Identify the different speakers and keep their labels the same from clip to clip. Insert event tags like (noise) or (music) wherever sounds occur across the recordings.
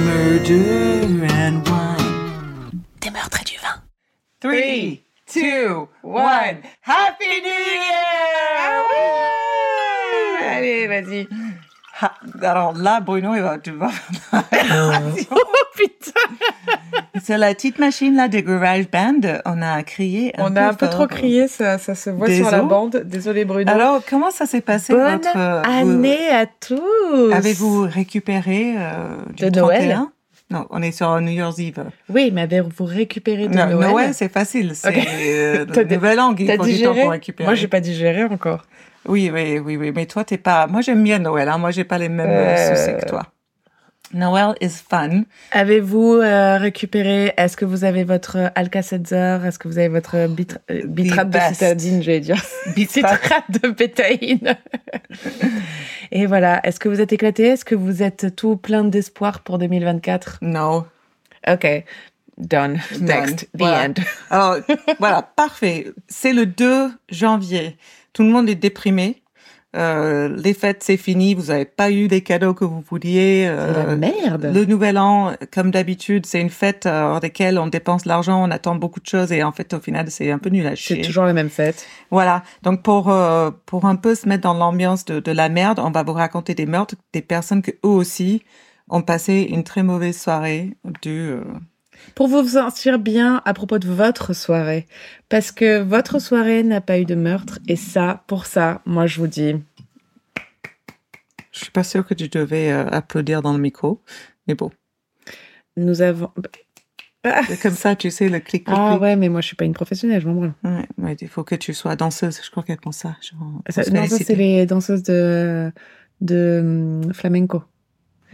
Speaker 1: murder and wine.
Speaker 2: Des meurtres et du vin.
Speaker 1: Three, two, one. Happy New
Speaker 3: Ah
Speaker 1: Year! Ouais Allez, vas-y. Ha- Alors là, Bruno, il va, tu vas.
Speaker 3: Ah (laughs)
Speaker 2: Oh putain
Speaker 1: Sur la petite machine là de GarageBand, on a crié. Un
Speaker 3: On
Speaker 1: peu
Speaker 3: a un peu trop
Speaker 1: fort.
Speaker 3: crié, ça, ça se voit
Speaker 1: Désolé.
Speaker 3: sur la bande. Désolé Bruno.
Speaker 1: Alors, comment ça s'est passé
Speaker 3: Bonne
Speaker 1: votre euh,
Speaker 3: Année à tous.
Speaker 1: vous- Avez-vous récupéré euh, du
Speaker 3: De Noël
Speaker 1: 31? Non, on est sur New Year's Eve.
Speaker 3: Oui, mais avez-vous récupéré de
Speaker 1: Non,
Speaker 3: Noël,
Speaker 1: c'est facile. C'est
Speaker 3: Ok.
Speaker 1: euh,
Speaker 3: (laughs) T'as dé-
Speaker 1: nouvelle langue, il
Speaker 3: T'as
Speaker 1: faut du temps
Speaker 3: digéré
Speaker 1: pour récupérer.
Speaker 3: Moi, j'ai pas digéré encore.
Speaker 1: Oui, oui, oui, oui. Mais toi, t'es pas. Moi, j'aime bien Noël. Hein. Moi, j'ai pas les mêmes euh,
Speaker 3: Euh.
Speaker 1: soucis que toi. Noël is fun.
Speaker 3: Avez-vous euh, récupéré Est-ce que vous avez votre euh, Alka-Seltzer Est-ce que vous avez votre
Speaker 1: Oh,
Speaker 3: euh, bitra- euh, bitrate de
Speaker 1: best.
Speaker 3: citadine,
Speaker 1: (laughs)
Speaker 3: j'allais dire. Citrate de pétaïne. Et voilà. Est-ce que vous êtes éclaté Est-ce que vous êtes tout plein d'espoir pour 2024
Speaker 1: No.
Speaker 3: Ok. Done. Next. The
Speaker 1: Voilà.
Speaker 3: end. (laughs)
Speaker 1: Alors, voilà, parfait. C'est le 2 janvier. Tout le monde est déprimé. Euh, les fêtes, c'est fini. Vous n'avez pas eu les cadeaux que vous vouliez.
Speaker 3: C'est la
Speaker 1: Euh,
Speaker 3: merde.
Speaker 1: le nouvel an, comme d'habitude, c'est une fête euh, hors desquelles on dépense l'argent, on attend beaucoup de choses et en fait, au final, c'est un peu nul à
Speaker 3: C'est
Speaker 1: chier.
Speaker 3: toujours la même fête.
Speaker 1: Voilà. Donc pour euh, pour un peu se mettre dans l'ambiance de, de la merde, on va vous raconter des meurtres des personnes que eux aussi ont passé une très mauvaise soirée du euh,
Speaker 3: Pour vous sentir bien à propos de votre soirée. Parce que votre soirée n'a pas eu de meurtre. Et ça, pour ça, moi, je vous dis.
Speaker 1: je suis pas sûre que tu devais euh, applaudir dans le micro, mais
Speaker 3: (laughs)
Speaker 1: bon,
Speaker 3: Nous avons.
Speaker 1: c'est comme ça, tu sais le clic clic.
Speaker 3: Ah
Speaker 1: clic.
Speaker 3: ouais, mais moi je suis pas une professionnelle, je m'en branle.
Speaker 1: Ouais, ouais, il faut que tu sois danseuse, je crois qu'elles font ça. genre, pour
Speaker 3: Ça-
Speaker 1: se
Speaker 3: non, ça
Speaker 1: féliciter.
Speaker 3: c'est les danseuses de, de hum, flamenco.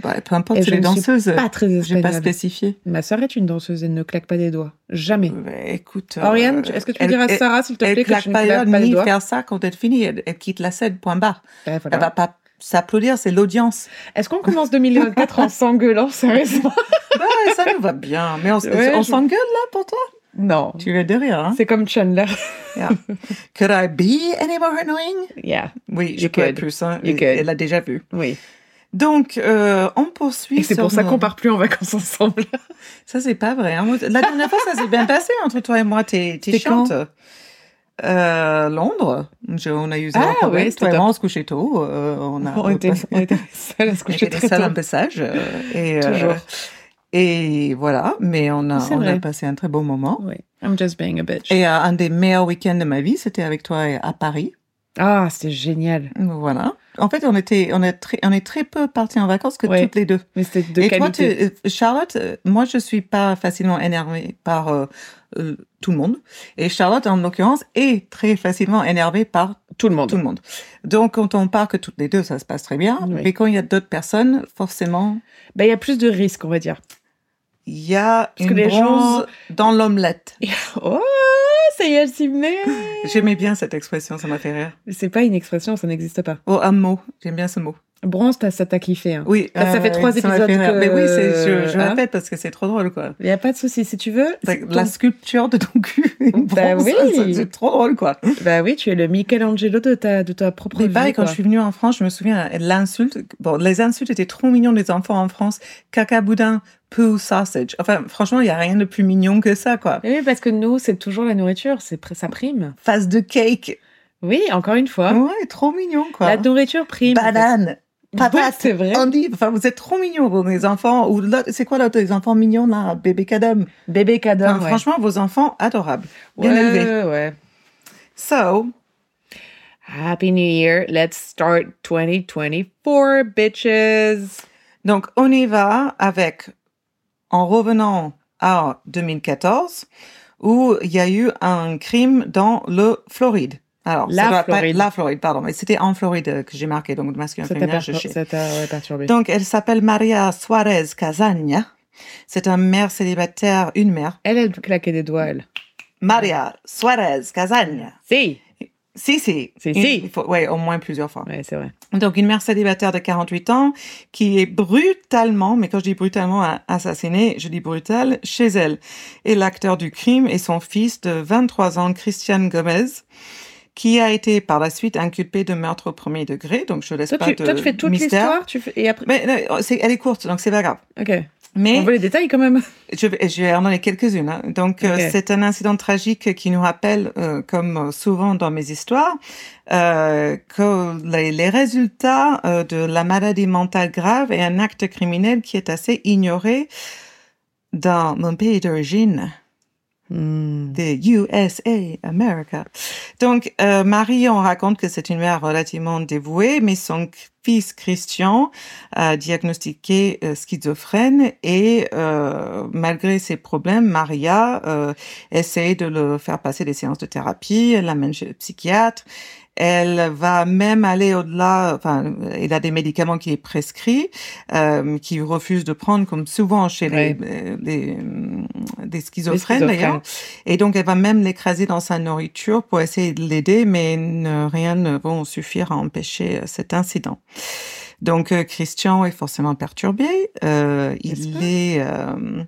Speaker 1: Bah, peu importe,
Speaker 3: Et
Speaker 1: c'est
Speaker 3: je
Speaker 1: les
Speaker 3: ne suis
Speaker 1: danseuses.
Speaker 3: Euh, Pas très
Speaker 1: J'ai pas
Speaker 3: espagnole.
Speaker 1: spécifié.
Speaker 3: Ma sœur est une danseuse, elle ne claque pas des doigts. Jamais.
Speaker 1: Bah, écoute. euh,
Speaker 3: Oriane, tu- est-ce que tu peux
Speaker 1: elle-
Speaker 3: dire à
Speaker 1: elle-
Speaker 3: Sarah, s'il te plaît,
Speaker 1: Elle
Speaker 3: que
Speaker 1: claque
Speaker 3: tu ne
Speaker 1: pas,
Speaker 3: claques pas les
Speaker 1: ni
Speaker 3: doigts
Speaker 1: faire ça quand elle finit, elle, elle quitte la scène, point barre.
Speaker 3: Ouais, voilà.
Speaker 1: Elle va pas s'applaudir, c'est l'audience.
Speaker 3: Est-ce qu'on commence 2024 (laughs) en s'engueulant, sérieusement
Speaker 1: Ouais, Bah, ça nous va bien. Mais on, s-
Speaker 3: Ouais,
Speaker 1: on
Speaker 3: je-
Speaker 1: s'engueule là pour toi
Speaker 3: Non.
Speaker 1: Tu es de rire, hein
Speaker 3: C'est comme Chandler.
Speaker 1: Could I be any more annoying
Speaker 3: Yeah,
Speaker 1: Oui, je
Speaker 3: You
Speaker 1: peux être
Speaker 3: could.
Speaker 1: plus. hein.
Speaker 3: You
Speaker 1: Elle-
Speaker 3: could.
Speaker 1: Elle l'a déjà vu.
Speaker 3: oui.
Speaker 1: Donc, euh, on poursuit.
Speaker 3: Et c'est
Speaker 1: sur
Speaker 3: pour ça
Speaker 1: nos-
Speaker 3: qu'on part plus en vacances ensemble.
Speaker 1: Ça, c'est pas vrai. hein. Moi, La dernière fois, ça s'est bien passé entre toi et moi. T'es t'es
Speaker 3: C'était quand
Speaker 1: chiante. Euh, Londres. Je- on a eu zéro
Speaker 3: Ah,
Speaker 1: problème.
Speaker 3: ouais, c'était
Speaker 1: toi et
Speaker 3: top.
Speaker 1: moi, on se couchait tôt. Euh, on a
Speaker 3: On était, on (laughs) était seuls à se
Speaker 1: on
Speaker 3: coucher
Speaker 1: était
Speaker 3: très
Speaker 1: seuls un
Speaker 3: tôt.
Speaker 1: peu sages. euh, et, euh,
Speaker 3: Toujours.
Speaker 1: et voilà. Mais on a,
Speaker 3: C'est
Speaker 1: on a
Speaker 3: vrai.
Speaker 1: passé un très beau moment.
Speaker 3: Oui. I'm just being a bitch.
Speaker 1: Et euh, un des meilleurs week-ends de ma vie, c'était avec toi à Paris.
Speaker 3: Ah, c'était génial.
Speaker 1: Voilà. En fait, on était, on est très, on est très peu partis en vacances que
Speaker 3: Ouais.
Speaker 1: toutes les deux.
Speaker 3: Mais c'était de
Speaker 1: Et toi,
Speaker 3: qualité.
Speaker 1: tu- euh, Charlotte, euh, moi, je suis pas facilement énervée par euh, euh, tout le monde. Et Charlotte, en l'occurrence, est très facilement énervée par
Speaker 3: Tout le monde.
Speaker 1: tout le monde. Donc, quand on part que toutes les deux, ça se passe très bien.
Speaker 3: Oui.
Speaker 1: Mais quand il y a d'autres personnes, forcément,
Speaker 3: Bah, il y a plus de risques, on va dire.
Speaker 1: il y a
Speaker 3: Parce que
Speaker 1: une
Speaker 3: les
Speaker 1: bronze dans l'omelette.
Speaker 3: Oh, ça y est, elle s'y met.
Speaker 1: J'aimais bien cette expression, ça m'a fait rire.
Speaker 3: C'est pas une expression, ça n'existe pas.
Speaker 1: Oh, un mot. J'aime bien ce mot.
Speaker 3: Bronze, t'as- ça t'a kiffé. Hein.
Speaker 1: Oui, euh,
Speaker 3: Ah, ça fait trois
Speaker 1: m'a
Speaker 3: épisodes
Speaker 1: fait rire.
Speaker 3: que-
Speaker 1: Mais oui, c'est- je, je
Speaker 3: hein
Speaker 1: répète parce que c'est trop drôle, quoi.
Speaker 3: Il y a pas de souci, si tu veux.
Speaker 1: T'as
Speaker 3: c'est ton-
Speaker 1: La sculpture de ton cul. (laughs) est
Speaker 3: Bah
Speaker 1: bronze,
Speaker 3: oui.
Speaker 1: ça, C'est trop drôle, quoi.
Speaker 3: Bah oui, tu es le Michelangelo de ta, de ta propre
Speaker 1: Mais
Speaker 3: vie.
Speaker 1: pareil, quand
Speaker 3: quoi.
Speaker 1: je suis venue en France, je me souviens, l'insulte, bon, les insultes étaient trop mignons des enfants en France. Caca boudin, poo sausage. Enfin, franchement, il n'y a rien de plus mignon que ça, quoi.
Speaker 3: Eh Oui, parce que nous, c'est toujours la nourriture, c'est pr- ça prime.
Speaker 1: Face de cake.
Speaker 3: Oui, encore une fois,
Speaker 1: Ouais, trop mignon, quoi.
Speaker 3: Hein? la nourriture prime. (laughs)
Speaker 1: Banane,
Speaker 3: Oui,
Speaker 1: patate,
Speaker 3: c'est vrai.
Speaker 1: endive. Enfin, vous êtes trop mignons, vous, mes enfants. Ou l'autre- c'est quoi l'autre, les enfants mignons, là, bébé cadom.
Speaker 3: Bébé cadeau.
Speaker 1: Enfin, Franchement, vos enfants adorables. bien
Speaker 3: Ah, ouais,
Speaker 1: élevé.
Speaker 3: ouais.
Speaker 1: So,
Speaker 3: Happy New Year, let's start 2024, bitches.
Speaker 1: Donc, on y va avec, en revenant à 2014, où il y a eu un crime dans le Floride. Alors,
Speaker 3: La
Speaker 1: ça doit pas être
Speaker 3: Floride.
Speaker 1: la Floride, pardon, mais c'était en Floride euh, que j'ai marqué, donc masculin,
Speaker 3: Ça t'a
Speaker 1: féminin,
Speaker 3: per-
Speaker 1: je sais.
Speaker 3: ça t'a ouais, perturbé.
Speaker 1: Donc, elle s'appelle Maria Suarez Casaña. C'est un mère célibataire, une mère.
Speaker 3: Elle, elle claquait des doigts, elle.
Speaker 1: Maria Suarez Casaña.
Speaker 3: Si
Speaker 1: Si, si.
Speaker 3: Si,
Speaker 1: Une-
Speaker 3: si.
Speaker 1: il faut- ouais, au moins plusieurs fois.
Speaker 3: Ouais, c'est vrai.
Speaker 1: Donc, une mère célibataire de 48 ans qui est brutalement, mais quand je dis brutalement a- assassinée, je dis brutale, chez elle. Et l'acteur du crime est son fils de 23 ans, Christian Gomez, qui a été par la suite inculpé de meurtre au premier degré. Donc, je laisse
Speaker 3: Toi
Speaker 1: pas
Speaker 3: tu,
Speaker 1: de
Speaker 3: toi, tu fais toute
Speaker 1: mystère.
Speaker 3: l'histoire, tu fais... et après...
Speaker 1: Mais non, c'est- elle est courte, donc c'est pas grave.
Speaker 3: Ok. On
Speaker 1: Mais
Speaker 3: veut les détails quand même.
Speaker 1: je vais, je vais en donner quelques-unes. hein. Donc, euh,
Speaker 3: Ok.
Speaker 1: c'est un incident tragique qui nous rappelle, euh, comme souvent dans mes histoires, euh, que les, les résultats euh, de la maladie mentale grave est un acte criminel qui est assez ignoré dans mon pays d'origine des USA, America. Donc, euh, Marie, on raconte que c'est une mère relativement dévouée, mais son fils Christian a diagnostiqué euh, schizophrène et euh, malgré ses problèmes, Maria euh, essaie de le faire passer des séances de thérapie, elle l'amène chez le psychiatre. Elle va même aller au-delà, enfin, il a des médicaments qui est prescrit, euh, qu'il refuse de prendre, comme souvent chez les, euh, les, hum, des schizophrènes
Speaker 3: schizophrènes.
Speaker 1: d'ailleurs. Et donc, elle va même l'écraser dans sa nourriture pour essayer de l'aider, mais ne- rien ne va suffire à empêcher euh, cet incident. Donc, euh, Christian est forcément perturbé. Euh,
Speaker 3: N'est-ce
Speaker 1: il
Speaker 3: pas
Speaker 1: est... euh,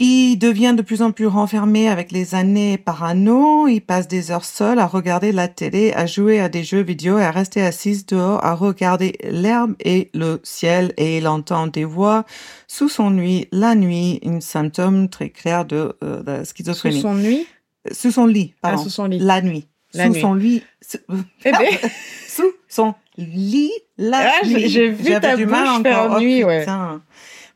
Speaker 1: il devient de plus en plus renfermé avec les années parano. Il passe des heures seul à regarder la télé, à jouer à des jeux vidéo et à rester assis dehors à regarder l'herbe et le ciel. Et il entend des voix sous son nuit, la nuit, un symptôme très clair de, euh, de
Speaker 3: Sous
Speaker 1: schizophrénie.
Speaker 3: son nuit,
Speaker 1: Sous son, lit,
Speaker 3: ah,
Speaker 1: pardon.
Speaker 3: sous son lit.
Speaker 1: La nuit.
Speaker 3: La
Speaker 1: sous
Speaker 3: nuit.
Speaker 1: son lit. sous-
Speaker 3: Eh ben,
Speaker 1: sous son lit la
Speaker 3: Ah, j'ai-
Speaker 1: nuit.
Speaker 3: j'ai vu
Speaker 1: J'avais
Speaker 3: ta
Speaker 1: du mal
Speaker 3: bouche faire
Speaker 1: encore. Oh,
Speaker 3: nuit, ouais.
Speaker 1: putain.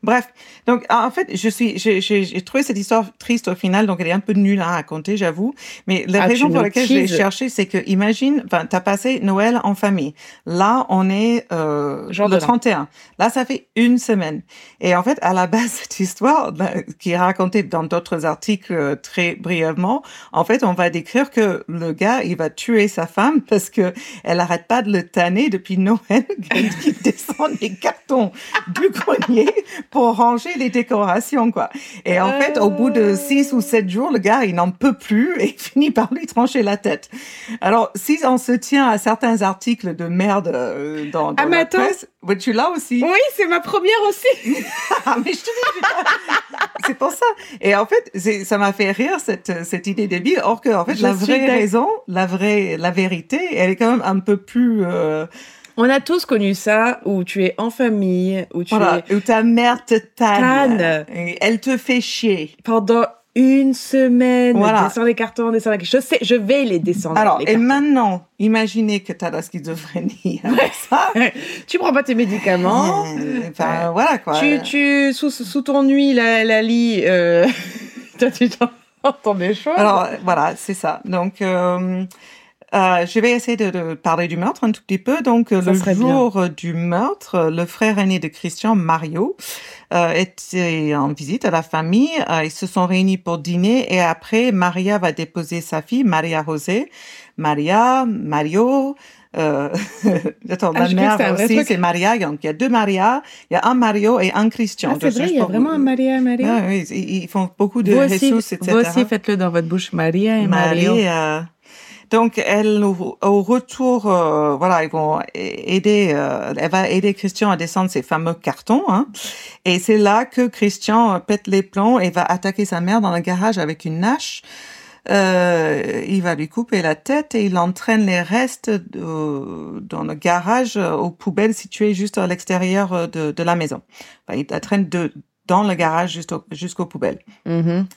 Speaker 1: Bref, donc en fait, je suis, j'ai- j'ai j'ai trouvé cette histoire triste au final, donc elle est un peu nulle hein, à raconter, j'avoue. Mais la
Speaker 3: Ah,
Speaker 1: raison
Speaker 3: tu
Speaker 1: pour
Speaker 3: nous
Speaker 1: laquelle je l'ai
Speaker 3: teases.
Speaker 1: cherchée, c'est que imagine, enfin, t'as passé Noël en famille. Là, on est euh,
Speaker 3: Jour de
Speaker 1: le
Speaker 3: l'an.
Speaker 1: 31. Là, ça fait une semaine. Et en fait, à la base, (laughs) cette histoire, ben, qui est racontée dans d'autres articles euh, très brièvement, en fait, on va décrire que le gars, il va tuer sa femme parce que elle arrête pas de le tanner depuis Noël (laughs) qui descend les cartons du grenier pour ranger les décorations, quoi. Et en fait, au bout
Speaker 3: Euh.
Speaker 1: de six ou sept jours, le gars, il n'en peut plus et (laughs) finit par lui trancher la tête. Alors, si on se tient à certains articles de merde euh, dans, dans
Speaker 3: Ah, mais
Speaker 1: la
Speaker 3: attends.
Speaker 1: presse, ouais, tu l'as aussi.
Speaker 3: Oui, c'est ma première aussi.
Speaker 1: Ah, mais je te dis, putain, c'est pour ça. Et en fait, c'est- ça m'a fait rire cette, cette idée débile. Or que, en fait,
Speaker 3: Je
Speaker 1: la
Speaker 3: suis
Speaker 1: vraie
Speaker 3: d'ac-
Speaker 1: raison, la vraie, la vérité, elle est quand même un peu plus, euh,
Speaker 3: On a tous connu ça, où tu es en famille, où tu
Speaker 1: voilà,
Speaker 3: es
Speaker 1: où ta mère te tanne.
Speaker 3: Tanne.
Speaker 1: Et elle te fait chier.
Speaker 3: pendant une semaine,
Speaker 1: Voilà.
Speaker 3: descends les cartons, descends les Je sais, je vais les descendre.
Speaker 1: Alors,
Speaker 3: les
Speaker 1: et
Speaker 3: cartons.
Speaker 1: maintenant, imaginez que t'as la schizophrénie avec (laughs) ça.
Speaker 3: tu prends pas tes
Speaker 1: (laughs)
Speaker 3: médicaments.
Speaker 1: Euh, Enfin, voilà, quoi.
Speaker 3: Tu, tu, sous, sous ton nuit, la, la lit, euh... (laughs) toi, tu (laughs) t'entends des choses.
Speaker 1: Alors euh, voilà, c'est ça. Donc euh, euh, je vais essayer de, de parler du meurtre un tout petit peu. Donc euh,
Speaker 3: Ça
Speaker 1: le
Speaker 3: serait
Speaker 1: jour euh, du meurtre, euh, le frère aîné de Christian, Mario, euh, était en visite à la famille. Euh, ils se sont réunis pour dîner et après Maria va déposer sa fille, Maria José. Maria, Mario. Euh, (laughs) attends,
Speaker 3: Ah,
Speaker 1: la
Speaker 3: je croyais que
Speaker 1: mère
Speaker 3: c'était un vrai
Speaker 1: aussi,
Speaker 3: truc.
Speaker 1: c'est Maria. Donc, il y a deux Maria, il y a un Mario et un Christian.
Speaker 3: Ah, c'est
Speaker 1: Donc,
Speaker 3: vrai,
Speaker 1: je
Speaker 3: il y a
Speaker 1: pense-
Speaker 3: vraiment un Maria, Maria.
Speaker 1: Ah, oui, ils ils font beaucoup de
Speaker 3: vous aussi,
Speaker 1: Jesus, etc.
Speaker 3: vous aussi faites-le dans votre bouche, Maria et Mario.
Speaker 1: Maria. Donc, elle, au, au retour, euh, voilà, ils vont a- aider, euh, elle va aider Christian à descendre ses fameux cartons, hein. Et c'est là que Christian euh, pète les plombs et va attaquer sa mère dans le garage avec une hache. Euh, il va lui couper la tête et il entraîne les restes euh, dans le garage euh, aux poubelles situées juste à l'extérieur euh, de, de la maison. Enfin, il la traîne de, dans le garage juste au- jusqu'aux poubelles.
Speaker 3: Mhm.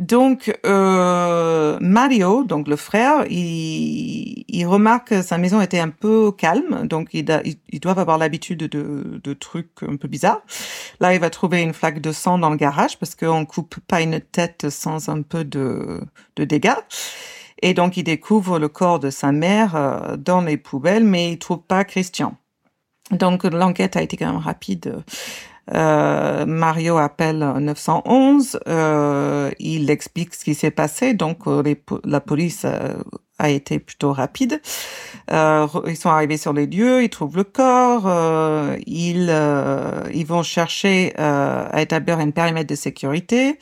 Speaker 1: Donc, euh, Mario, donc le frère, il, il remarque que sa maison était un peu calme, donc il a- il- ils doivent avoir l'habitude de, de trucs un peu bizarres. Là, il va trouver une flaque de sang dans le garage parce qu'on coupe pas une tête sans un peu de, de dégâts. Et donc, il découvre le corps de sa mère euh, dans les poubelles, mais il trouve pas Christian. Donc, l'enquête a été quand même rapide. Euh, Mario appelle 911. Euh, il explique ce qui s'est passé. Donc, euh, les po- la police euh, a été plutôt rapide. Euh, re- ils sont arrivés sur les lieux. Ils trouvent le corps. euh, ils, euh, ils vont chercher euh, à établir un périmètre de sécurité.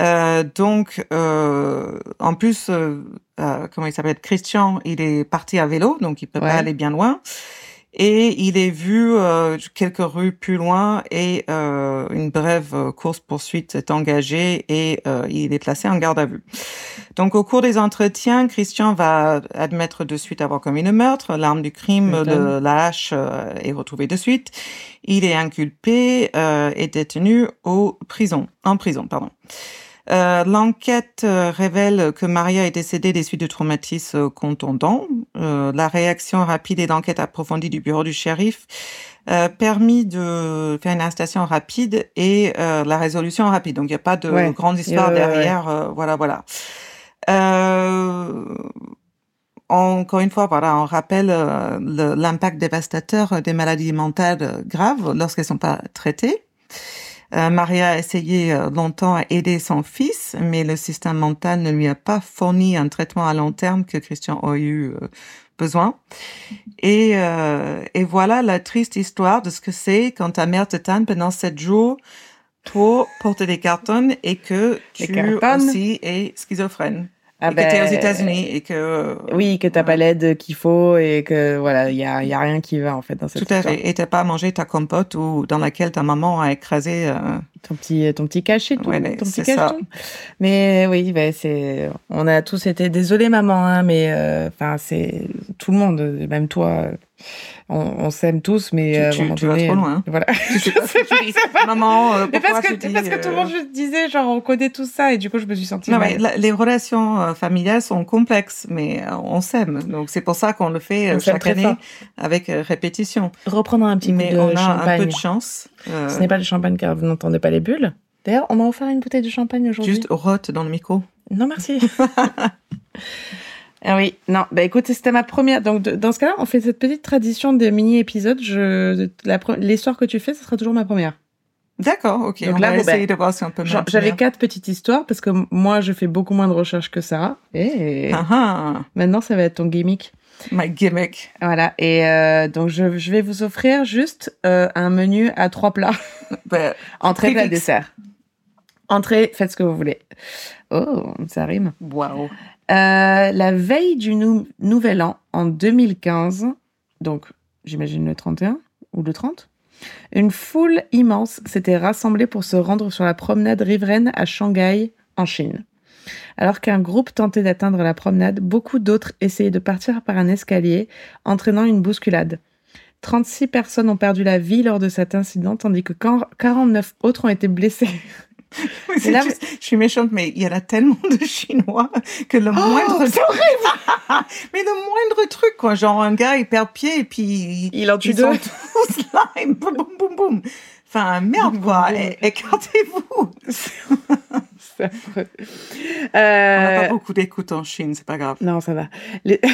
Speaker 1: Euh, donc, euh, en plus, euh, euh, comment il s'appelle Christian, il est parti à vélo, donc il peut
Speaker 3: Ouais.
Speaker 1: pas aller bien loin. Et il est vu euh, quelques rues plus loin et euh, une brève course poursuite est engagée et euh, il est placé en garde à vue. Donc, au cours des entretiens, Christian va admettre de suite avoir commis le meurtre. L'arme du crime, le, la hache, euh, est retrouvée de suite. Il est inculpé euh, et détenu au prison, en prison, pardon. Euh, L'enquête euh, révèle que Maria est décédée des suites de traumatismes euh, contondants. Euh, la réaction rapide et l'enquête approfondie du bureau du shérif euh, permis de faire une arrestation rapide et euh, la résolution rapide. Donc il n'y a pas de
Speaker 3: Ouais.
Speaker 1: grande histoire
Speaker 3: Ouais, ouais, ouais.
Speaker 1: derrière. euh, voilà, voilà. Euh, encore une fois, voilà, on rappelle euh, le- l'impact dévastateur des maladies mentales graves lorsqu'elles sont pas traitées. Euh, Maria a essayé euh, longtemps à aider son fils, mais le système mental ne lui a pas fourni un traitement à long terme que Christian a eu euh, besoin. Et, euh, et voilà la triste histoire de ce que c'est quand ta mère te tanne pendant sept jours pour porter des cartons et que
Speaker 3: Des
Speaker 1: tu
Speaker 3: cartons.
Speaker 1: aussi es schizophrène.
Speaker 3: Ah
Speaker 1: et que t'es
Speaker 3: ben,
Speaker 1: aux États-Unis et que euh,
Speaker 3: Oui, que t'as pas l'aide qu'il faut et que voilà, il y a, y a rien qui va en fait dans cette
Speaker 1: tout à
Speaker 3: histoire.
Speaker 1: fait et t'as pas mangé ta compote ou dans laquelle ta maman a écrasé. euh,
Speaker 3: Ton petit, ton petit cachet, tout,
Speaker 1: Ouais, mais
Speaker 3: ton petit
Speaker 1: c'est ça.
Speaker 3: cacheton. Mais oui, ben c'est, on a tous été désolé maman, hein, mais euh, enfin c'est tout le monde, même toi, euh, on, on s'aime tous, mais
Speaker 1: Tu-
Speaker 3: euh, à un
Speaker 1: tu-
Speaker 3: moment
Speaker 1: tu vas
Speaker 3: donné,
Speaker 1: trop loin.
Speaker 3: Voilà.
Speaker 1: je sais
Speaker 3: (laughs)
Speaker 1: pas ce que
Speaker 3: C'est
Speaker 1: tu dis. Maman, euh,
Speaker 3: Mais
Speaker 1: pourquoi
Speaker 3: (laughs) parce que,
Speaker 1: tu dis,
Speaker 3: parce que tout le
Speaker 1: euh,
Speaker 3: monde je disait genre on connaît tout ça et du coup je me suis sentie
Speaker 1: Non,
Speaker 3: mal.
Speaker 1: mais la- les relations euh, familiales sont complexes, mais euh, on s'aime. Donc, c'est pour ça qu'on le fait euh,
Speaker 3: On s'aime
Speaker 1: chaque
Speaker 3: très
Speaker 1: année
Speaker 3: fort.
Speaker 1: avec euh, répétition.
Speaker 3: Reprendre un petit
Speaker 1: mais
Speaker 3: coup de
Speaker 1: on a un peu
Speaker 3: champagne.
Speaker 1: de chance. euh,
Speaker 3: Ce n'est pas le champagne car vous n'entendez pas les bulles. D'ailleurs, on m'a offert une bouteille de champagne aujourd'hui.
Speaker 1: juste rote dans le micro.
Speaker 3: Non, (laughs) merci. Ah oui, non, bah écoute, c'était ma première. Donc, de- dans ce cas-là, on fait cette petite tradition des mini-épisodes. Je... la pre- L'histoire que tu fais, ce sera toujours ma première.
Speaker 1: D'accord, ok.
Speaker 3: Donc
Speaker 1: on
Speaker 3: là,
Speaker 1: va
Speaker 3: bon,
Speaker 1: essayer
Speaker 3: ben,
Speaker 1: de voir si on peut
Speaker 3: Genre,
Speaker 1: maintenir.
Speaker 3: J'avais quatre petites histoires parce que m- moi, je fais beaucoup moins de recherches que Sarah. Et
Speaker 1: Ah, ah,
Speaker 3: maintenant, ça va être ton gimmick.
Speaker 1: my gimmick.
Speaker 3: Voilà, et euh, donc je, je vais vous offrir juste euh, un menu à trois plats.
Speaker 1: Ben,
Speaker 3: Entrée, plat,
Speaker 1: Prix fixe.
Speaker 3: dessert. Entrée, faites ce que vous voulez. Oh, ça rime. (laughs)
Speaker 1: wow.
Speaker 3: Euh, la veille du nou- nouvel an en 2015, donc j'imagine le 31 ou le 30, une foule immense s'était rassemblée pour se rendre sur la promenade riveraine à Shanghai, en Chine. Alors qu'un groupe tentait d'atteindre la promenade, beaucoup d'autres essayaient de partir par un escalier, entraînant une bousculade. 36 personnes ont perdu la vie lors de cet incident, tandis que 49 autres ont été blessés.
Speaker 1: C'est
Speaker 3: là,
Speaker 1: juste- Je suis méchante, mais il y en a tellement de Chinois que le
Speaker 3: Oh,
Speaker 1: moindre... (laughs) mais le moindre truc, quoi. Genre, un gars, il perd pied et puis...
Speaker 3: Il en
Speaker 1: Ils sont tous là et boum, boum, boum, boum. Enfin, merde, quoi.
Speaker 3: boum.
Speaker 1: é- Écartez-vous.
Speaker 3: (laughs) C'est affreux.
Speaker 1: On n'a
Speaker 3: Euh,
Speaker 1: pas beaucoup d'écoute en Chine, c'est pas grave.
Speaker 3: Non, ça va. Les... (laughs)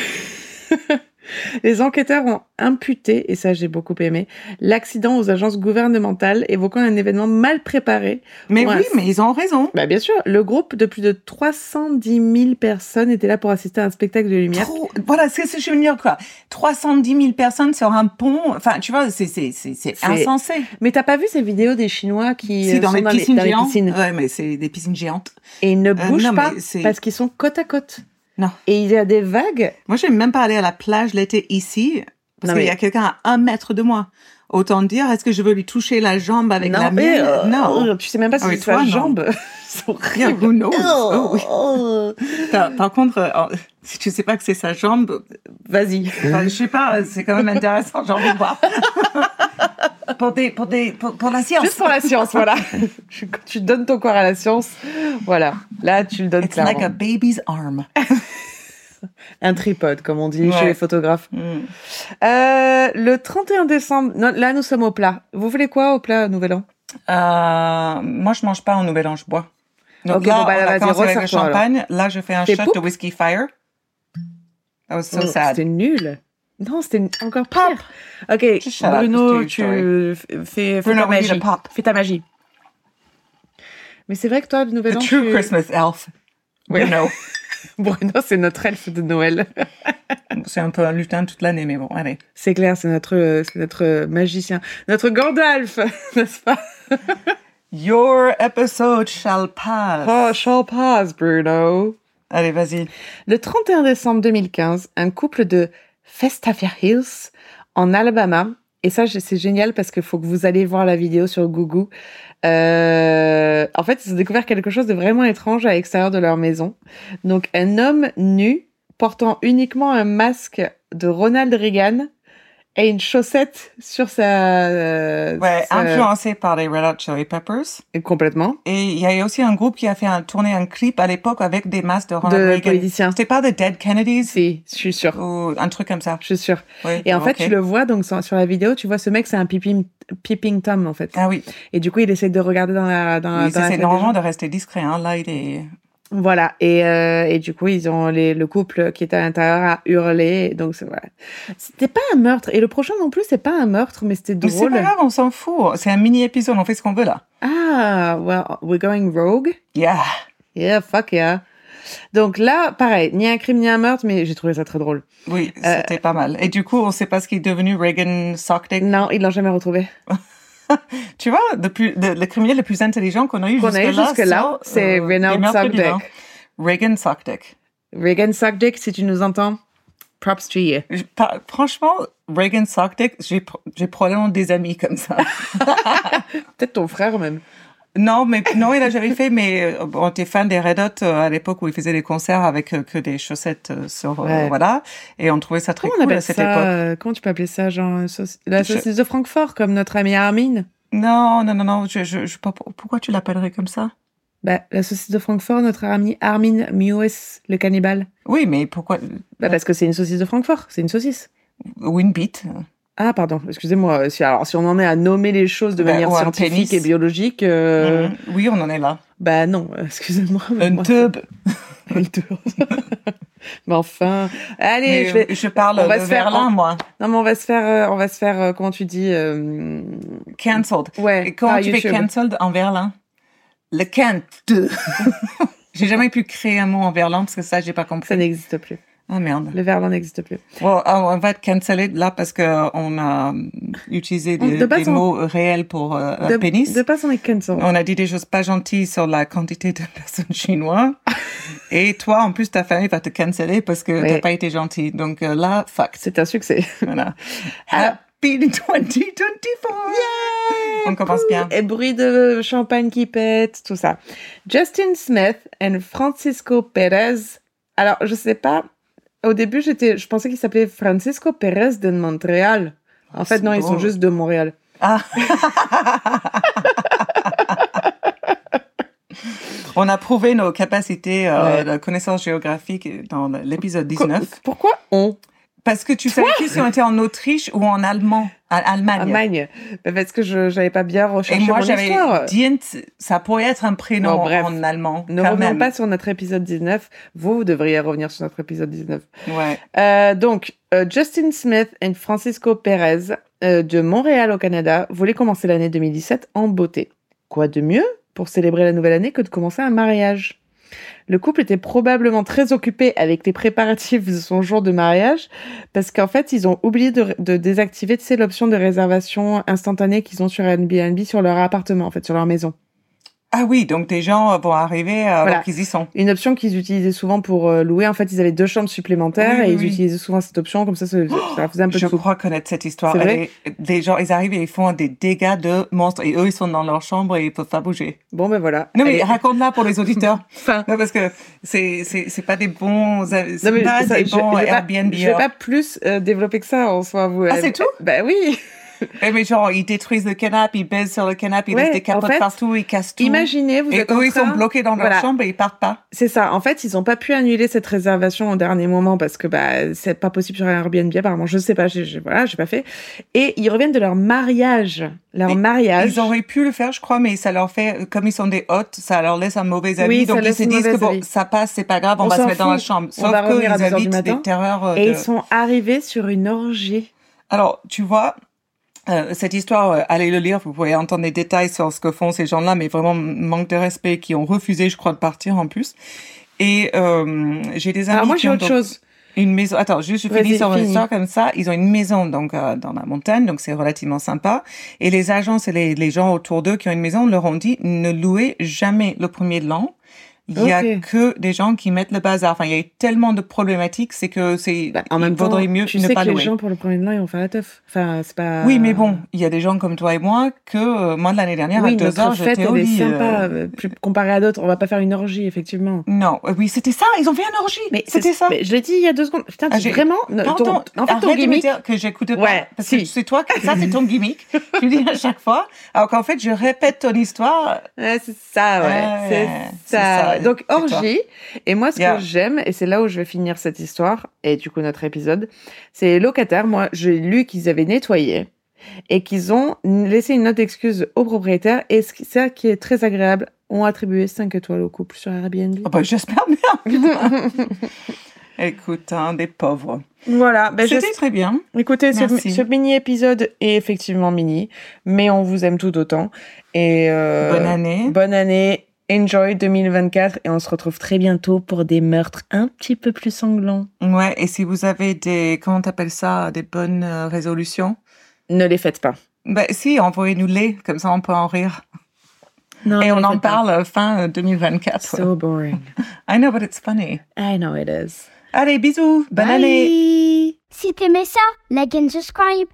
Speaker 3: Les enquêteurs ont imputé, et ça j'ai beaucoup aimé, l'accident aux agences gouvernementales évoquant un événement mal préparé.
Speaker 1: Mais
Speaker 3: Ouais,
Speaker 1: oui,
Speaker 3: c'est-
Speaker 1: mais ils ont raison.
Speaker 3: Bah bien sûr, le groupe de plus de 310 000 personnes était là pour assister à un spectacle de lumière.
Speaker 1: Trop- voilà, c'est ce que je veux dire, quoi. 310 000 personnes sur un pont. Enfin, tu vois, c'est, c'est, c'est, c'est
Speaker 3: C'est-
Speaker 1: insensé.
Speaker 3: Mais t'as pas vu ces vidéos des Chinois qui
Speaker 1: C'est
Speaker 3: euh,
Speaker 1: dans
Speaker 3: sont
Speaker 1: les piscines
Speaker 3: dans les
Speaker 1: géantes.
Speaker 3: piscines
Speaker 1: Ouais, mais c'est des piscines géantes.
Speaker 3: et ils ne
Speaker 1: Euh,
Speaker 3: bougent
Speaker 1: non,
Speaker 3: pas
Speaker 1: mais c'est-
Speaker 3: parce qu'ils sont côte à côte.
Speaker 1: Non.
Speaker 3: Et il y a des vagues.
Speaker 1: Moi, j'aime même pas aller à la plage l'été ici parce
Speaker 3: Non,
Speaker 1: qu'il
Speaker 3: mais-
Speaker 1: y a quelqu'un à un mètre de moi. Autant dire, est-ce que je veux lui toucher la jambe avec la
Speaker 3: mais,
Speaker 1: mienne
Speaker 3: euh,
Speaker 1: Non.
Speaker 3: euh, tu sais même pas si
Speaker 1: Ah oui,
Speaker 3: c'est
Speaker 1: toi,
Speaker 3: sa
Speaker 1: non.
Speaker 3: jambe. (laughs) C'est
Speaker 1: Rien,
Speaker 3: horrible.
Speaker 1: who knows? Oh, oui.
Speaker 3: Oh, oh.
Speaker 1: Par, par contre, euh, en- si tu sais pas que c'est sa jambe,
Speaker 3: Vas-y.
Speaker 1: enfin, je sais pas, euh, c'est quand même intéressant, j'ai envie de voir. (laughs) pour, des, pour, des, pour, pour la science.
Speaker 3: Juste pour la science, voilà.
Speaker 1: (laughs)
Speaker 3: (laughs) Tu- Quand tu donnes ton corps à la science, voilà. Là, tu le donnes
Speaker 1: It's
Speaker 3: clairement.
Speaker 1: like a baby's arm.
Speaker 3: Un tripode, comme on dit
Speaker 1: Ouais.
Speaker 3: chez les photographes.
Speaker 1: Hmm.
Speaker 3: Euh, le 31 décembre, non, là, nous sommes au plat. Vous voulez quoi au plat au Nouvel An
Speaker 1: Euh, moi, je mange pas en Nouvel An, je bois. Donc
Speaker 3: Ok,
Speaker 1: là,
Speaker 3: bon, bah,
Speaker 1: on
Speaker 3: vas-y,
Speaker 1: a commencé avec le
Speaker 3: resserre-toi,
Speaker 1: champagne. Là, je fais un
Speaker 3: Fais
Speaker 1: shot
Speaker 3: poup.
Speaker 1: de Whiskey Fire. That was so
Speaker 3: Oh,
Speaker 1: sad.
Speaker 3: C'était nul. Non, c'était n- encore pire. Ok,
Speaker 1: Just shut up, just
Speaker 3: Bruno,
Speaker 1: do
Speaker 3: tu
Speaker 1: your
Speaker 3: f- fais, fais
Speaker 1: Bruno,
Speaker 3: ta
Speaker 1: we need a
Speaker 3: magie.
Speaker 1: pop.
Speaker 3: Fais ta magie. Mais c'est vrai que toi, le Nouvel
Speaker 1: The
Speaker 3: An,
Speaker 1: true
Speaker 3: tu-
Speaker 1: Christmas elf.
Speaker 3: Ouais.
Speaker 1: You know.
Speaker 3: (laughs)
Speaker 1: (laughs)
Speaker 3: Bruno, c'est notre elfe de Noël.
Speaker 1: C'est un peu un lutin toute l'année, mais bon, allez.
Speaker 3: C'est clair, c'est notre, euh, c'est notre euh, magicien, notre Gandalf, (laughs) n'est-ce pas
Speaker 1: Your episode shall pass.
Speaker 3: Oh, shall pass, Bruno.
Speaker 1: Allez, vas-y.
Speaker 3: Le 31 décembre 2015, un couple de Vestavia Hills, en Alabama, Et ça, je- c'est génial parce que faut que vous allez voir la vidéo sur Gougou. Euh, en fait, ils ont découvert quelque chose de vraiment étrange à l'extérieur de leur maison. Donc, un homme nu portant uniquement un masque de Ronald Reagan et une chaussette sur sa... euh,
Speaker 1: Ouais,
Speaker 3: sa-
Speaker 1: influencé par les Red Hot Chili Peppers.
Speaker 3: Complètement.
Speaker 1: Et il y a eu aussi un groupe qui a fait un, tourner un clip à l'époque avec des masques de Ronald
Speaker 3: De
Speaker 1: Reagan.
Speaker 3: politicien.
Speaker 1: C'était pas The Dead Kennedys
Speaker 3: Si, je suis sûre.
Speaker 1: ou un truc comme ça.
Speaker 3: Je suis sûre.
Speaker 1: Oui,
Speaker 3: Et en fait,
Speaker 1: ok.
Speaker 3: tu le vois donc sur sur la vidéo, tu vois ce mec, c'est un peeping, peeping Tom en fait.
Speaker 1: Ah oui,
Speaker 3: Et du coup, il essaie de regarder dans la dans, la-
Speaker 1: il
Speaker 3: dans
Speaker 1: essaie
Speaker 3: la tête des
Speaker 1: normalement
Speaker 3: gens.
Speaker 1: de rester discret. Hein. Là, il est...
Speaker 3: Voilà. Et, euh, et du coup, ils ont les, le couple qui était à l'intérieur a hurlé. Donc c'est voilà. C'était pas un meurtre. Et le prochain non plus, c'est pas un meurtre, mais c'était
Speaker 1: Mais c'est
Speaker 3: drôle.
Speaker 1: pas grave, on s'en fout. C'est un mini-épisode, on fait ce qu'on veut là.
Speaker 3: Ah, well, we're going rogue.
Speaker 1: Yeah.
Speaker 3: Yeah, fuck yeah. Donc là, pareil, ni un crime ni un meurtre, mais j'ai trouvé ça très drôle.
Speaker 1: Oui,
Speaker 3: Euh,
Speaker 1: c'était pas mal. Et du coup, on sait pas ce qui est devenu Reagan Sockdick.
Speaker 3: Non, ils l'ont jamais retrouvé.
Speaker 1: Tu vois, le, plus, le, le criminel le plus intelligent qu'on a eu
Speaker 3: Qu'on a eu
Speaker 1: jusque-là,
Speaker 3: jusque-là,
Speaker 1: sans,
Speaker 3: c'est
Speaker 1: euh, les
Speaker 3: Reynolds
Speaker 1: meurtres du
Speaker 3: Sockdeck.
Speaker 1: Nord. Reagan Sockdick.
Speaker 3: Reagan Sockdick, si tu nous entends, props to you.
Speaker 1: Je- par- Franchement, Reagan Sockdick, j'ai pro- j'ai probablement des amis comme ça. (laughs)
Speaker 3: Peut-être ton frère même.
Speaker 1: non, mais non, il a jamais fait, mais euh, on était fan des Red Hot euh, à l'époque où ils faisaient des concerts avec euh, que des chaussettes euh, sur. euh,
Speaker 3: Ouais.
Speaker 1: voilà. Et on trouvait ça très
Speaker 3: Comment on
Speaker 1: cool à
Speaker 3: appelle
Speaker 1: cette
Speaker 3: ça
Speaker 1: époque.
Speaker 3: euh, Comment tu peux appeler ça genre, euh, sauc- La
Speaker 1: Je-
Speaker 3: saucisse de Francfort, comme notre amie Armin
Speaker 1: Non, non, non, non, je, je, je, sais pas pour- pourquoi tu l'appellerais comme ça
Speaker 3: bah, La saucisse de Francfort, notre amie Armin Mewes, le cannibale.
Speaker 1: Oui, mais pourquoi
Speaker 3: Bah, parce que c'est une saucisse de Francfort, c'est une saucisse.
Speaker 1: Winbeat
Speaker 3: Ah, pardon, excusez-moi. Si, alors, si on en est à nommer les choses de
Speaker 1: Bah,
Speaker 3: manière
Speaker 1: ou un
Speaker 3: scientifique
Speaker 1: pénis.
Speaker 3: et biologique, euh,
Speaker 1: Mhm. Oui, on en est là.
Speaker 3: bah non, euh, excusez-moi. mais
Speaker 1: Un
Speaker 3: moi,
Speaker 1: tube.
Speaker 3: c'est- (laughs) un tube. (laughs) mais enfin, allez,
Speaker 1: Mais euh,
Speaker 3: je vais,
Speaker 1: je parle
Speaker 3: on va
Speaker 1: de
Speaker 3: se faire
Speaker 1: Verlin,
Speaker 3: en-
Speaker 1: moi.
Speaker 3: non mais on va se faire, euh, on va se faire, euh, comment tu dis, euh,
Speaker 1: Cancelled.
Speaker 3: ouais,
Speaker 1: Et comment
Speaker 3: par
Speaker 1: tu fais
Speaker 3: YouTube.
Speaker 1: cancelled en Verlin Le
Speaker 3: (laughs)
Speaker 1: cant. j'ai jamais pu créer un mot en Verlin parce que ça, j'ai pas
Speaker 3: Ça
Speaker 1: compris.
Speaker 3: n'existe plus.
Speaker 1: Ah merde.
Speaker 3: Le verlan n'existe plus.
Speaker 1: Bon, ah, on va te canceller là parce que on a euh, utilisé des,
Speaker 3: De base,
Speaker 1: des
Speaker 3: on-
Speaker 1: mots réels pour euh, un
Speaker 3: de,
Speaker 1: pénis.
Speaker 3: De passe, on est cancel.
Speaker 1: On a dit des choses pas gentilles sur la quantité de personnes
Speaker 3: (laughs)
Speaker 1: chinoises. Et toi, en plus, ta famille va te canceller parce que
Speaker 3: Oui.
Speaker 1: t'as pas été gentil. Donc euh, là, fuck.
Speaker 3: C'est un succès.
Speaker 1: Voilà.
Speaker 3: Ah.
Speaker 1: Happy 2024! (laughs) On commence bien.
Speaker 3: (laughs) Et bruit de champagne qui pète, tout ça. Justin Smith and Francisco Perez. Alors, je sais pas. Au début, j'étais, je pensais qu'il s'appelait Francisco Perez de Montréal. En fait,
Speaker 1: Ah, c'est
Speaker 3: non, ils
Speaker 1: beau.
Speaker 3: sont juste de Montréal.
Speaker 1: Ah. On a prouvé nos capacités euh,
Speaker 3: Ouais.
Speaker 1: de connaissance géographique dans l'épisode 19.
Speaker 3: Qu- Pourquoi on
Speaker 1: Parce que tu savais plus si on était en Autriche ou en Allemand, à- Allemagne.
Speaker 3: Allemagne Bah, Parce que je j'avais pas bien
Speaker 1: Et
Speaker 3: recherché
Speaker 1: moi,
Speaker 3: mon
Speaker 1: j'avais
Speaker 3: histoire.
Speaker 1: Dient, ça pourrait être un prénom
Speaker 3: Bon, bref.
Speaker 1: en allemand.
Speaker 3: Ne
Speaker 1: quand
Speaker 3: revenons
Speaker 1: même.
Speaker 3: pas sur notre épisode 19. Vous, vous devriez revenir sur notre épisode 19.
Speaker 1: Ouais.
Speaker 3: Euh, donc, euh, Justin Smith et Francisco Perez euh, de Montréal au Canada voulaient commencer l'année 2017 en beauté. Quoi de mieux pour célébrer la nouvelle année que de commencer un mariage Le couple était probablement très occupé avec les préparatifs de son jour de mariage parce qu'en fait, ils ont oublié de, de désactiver tu sais, l'option de réservation instantanée qu'ils ont sur Airbnb sur leur appartement, en fait, sur leur maison.
Speaker 1: Ah oui, donc des gens euh, vont arriver euh,
Speaker 3: Voilà.
Speaker 1: alors qu'ils y sont.
Speaker 3: Une option qu'ils utilisaient souvent pour euh, louer. En fait, ils avaient deux chambres supplémentaires
Speaker 1: Oui,
Speaker 3: et
Speaker 1: oui,
Speaker 3: ils
Speaker 1: oui.
Speaker 3: utilisaient souvent cette option. Comme ça, ça, ça leur faisait un peu
Speaker 1: Je
Speaker 3: de sous.
Speaker 1: crois connaître cette histoire.
Speaker 3: C'est
Speaker 1: Elle
Speaker 3: vrai
Speaker 1: est- des gens, ils arrivent et ils font des dégâts de monstres. Et eux, ils sont dans leur chambre et ils peuvent pas bouger.
Speaker 3: Bon, ben voilà.
Speaker 1: Non,
Speaker 3: Allez.
Speaker 1: mais raconte-la pour les
Speaker 3: (laughs)
Speaker 1: auditeurs.
Speaker 3: Enfin,
Speaker 1: Non, parce que c'est, c'est, c'est pas des bons, euh, c'est
Speaker 3: non, mais
Speaker 1: pas
Speaker 3: ça,
Speaker 1: des
Speaker 3: je,
Speaker 1: bons
Speaker 3: je vais pas-
Speaker 1: Airbnb.
Speaker 3: je vais pas plus euh, développer que ça en soi. Vous,
Speaker 1: Ah,
Speaker 3: euh,
Speaker 1: c'est tout
Speaker 3: Bah
Speaker 1: (laughs)
Speaker 3: oui.
Speaker 1: Eh, mais genre, ils détruisent le canapé, ils baisent sur le canapé, ils
Speaker 3: Ouais,
Speaker 1: laissent des capotes
Speaker 3: en fait,
Speaker 1: partout, ils cassent tout.
Speaker 3: Imaginez, vous
Speaker 1: et
Speaker 3: êtes en
Speaker 1: eux, ils sont
Speaker 3: train-
Speaker 1: bloqués dans leur
Speaker 3: Voilà.
Speaker 1: chambre et ils partent pas.
Speaker 3: C'est ça. En fait, ils n'ont pas pu annuler cette réservation au dernier moment parce que bah c'est pas possible sur Airbnb apparemment. Je sais pas. J'ai, j'ai- voilà, j'ai pas fait. Et ils reviennent de leur mariage. Leur
Speaker 1: Mais
Speaker 3: mariage.
Speaker 1: Ils auraient pu le faire, je crois, mais ça leur fait, comme ils sont des hôtes, ça leur laisse un mauvais avis.
Speaker 3: Oui, ça
Speaker 1: donc ils
Speaker 3: laisse
Speaker 1: se
Speaker 3: un
Speaker 1: disent
Speaker 3: mauvais
Speaker 1: que bon,
Speaker 3: avis.
Speaker 1: ça passe, c'est pas grave, on,
Speaker 3: On
Speaker 1: va se
Speaker 3: s'en
Speaker 1: mettre dans la
Speaker 3: fout.
Speaker 1: chambre.
Speaker 3: On
Speaker 1: Sauf
Speaker 3: va revenir à
Speaker 1: qu'ils
Speaker 3: 10 heures du
Speaker 1: habitent
Speaker 3: matin.
Speaker 1: des terreurs. euh,
Speaker 3: Et
Speaker 1: de-
Speaker 3: ils sont arrivés sur une orgie.
Speaker 1: Alors, tu vois, euh, cette histoire, euh, allez le lire, vous pouvez entendre des détails sur ce que font ces gens-là, mais vraiment manque de respect, qui ont refusé, je crois, de partir en plus. Et euh, j'ai des amis
Speaker 3: Alors Ah, moi
Speaker 1: qui
Speaker 3: j'ai
Speaker 1: ont
Speaker 3: autre
Speaker 1: donc
Speaker 3: chose.
Speaker 1: une maison. Attends, juste je
Speaker 3: Vas-y,
Speaker 1: finis sur une
Speaker 3: finis.
Speaker 1: histoire comme ça. Ils ont une maison donc euh, dans la montagne, donc c'est relativement sympa. Et les agences et les, les gens autour d'eux qui ont une maison leur ont dit ne louez jamais le premier de l'an. il y a
Speaker 3: Ok.
Speaker 1: que des gens qui mettent le bazar. Enfin, il y a tellement de problématiques, c'est que c'est.
Speaker 3: Bah, en
Speaker 1: il
Speaker 3: même temps,
Speaker 1: vaudrait mieux
Speaker 3: tu
Speaker 1: ne
Speaker 3: sais
Speaker 1: pas
Speaker 3: que les
Speaker 1: louer.
Speaker 3: gens, euh, pour le premier de l'an, ils vont faire la teuf. Enfin, c'est pas...
Speaker 1: Oui, mais bon, il y a des gens comme toi et moi que euh, moi de l'année dernière
Speaker 3: Oui,
Speaker 1: à deux
Speaker 3: notre
Speaker 1: heures
Speaker 3: fête,
Speaker 1: j'étais au
Speaker 3: elle est
Speaker 1: lit. euh,
Speaker 3: sympa, euh, plus comparée à d'autres. On va pas faire une orgie, effectivement.
Speaker 1: Non, Euh, oui, c'était ça. Ils ont fait un orgie. c'était ça.
Speaker 3: Mais je l'ai dit il y a deux secondes. Putain,
Speaker 1: Ah,
Speaker 3: tu-
Speaker 1: j'ai-
Speaker 3: vraiment no-
Speaker 1: Non,
Speaker 3: ton-
Speaker 1: attends,
Speaker 3: En fait,
Speaker 1: arrête
Speaker 3: ton
Speaker 1: de me
Speaker 3: gimmick...
Speaker 1: dire que j'écoute pas.
Speaker 3: Ouais,
Speaker 1: parce que
Speaker 3: si.
Speaker 1: c'est toi, que ça c'est ton gimmick. tu le dis à chaque fois. Alors qu'en fait, je répète ton histoire.
Speaker 3: Ouais, c'est ça, ouais.
Speaker 1: Ouais,
Speaker 3: c'est
Speaker 1: Ah, c'est
Speaker 3: ça.
Speaker 1: ça,
Speaker 3: Donc,
Speaker 1: c'est
Speaker 3: orgie. Et moi, ce
Speaker 1: Yeah.
Speaker 3: que j'aime, et c'est là où je vais finir cette histoire, et du coup, notre épisode, c'est les locataires. Moi, j'ai lu qu'ils avaient nettoyé et qu'ils ont laissé une note d'excuse au propriétaire. Et ce qui- ça qui est très agréable, ont attribué 5 étoiles au couple sur Airbnb.
Speaker 1: Ah bah, j'espère bien.
Speaker 3: (laughs)
Speaker 1: Écoute, hein, des pauvres.
Speaker 3: voilà. Ben,
Speaker 1: c'était très bien.
Speaker 3: Écoutez, ce,
Speaker 1: Merci.
Speaker 3: ce mini-épisode est effectivement mini, mais on vous aime tout autant. Et euh,
Speaker 1: Bonne année.
Speaker 3: Bonne année. Enjoy 2024 et on se retrouve très bientôt pour des meurtres un petit peu plus sanglants.
Speaker 1: Ouais. Et si vous avez des, comment t'appelles ça, des bonnes euh, résolutions.
Speaker 3: Ne les faites pas.
Speaker 1: Ben si, envoyez-nous les, comme ça on peut en rire.
Speaker 3: Non,
Speaker 1: Et
Speaker 3: ne
Speaker 1: on
Speaker 3: les
Speaker 1: en
Speaker 3: faites pas.
Speaker 1: parle euh, fin euh, 2024.
Speaker 3: So boring.
Speaker 1: I know, but it's funny.
Speaker 3: I know it is.
Speaker 1: Allez, bisous, bonne
Speaker 3: Bye.
Speaker 1: année.
Speaker 4: Si t'aimais ça, like and subscribe.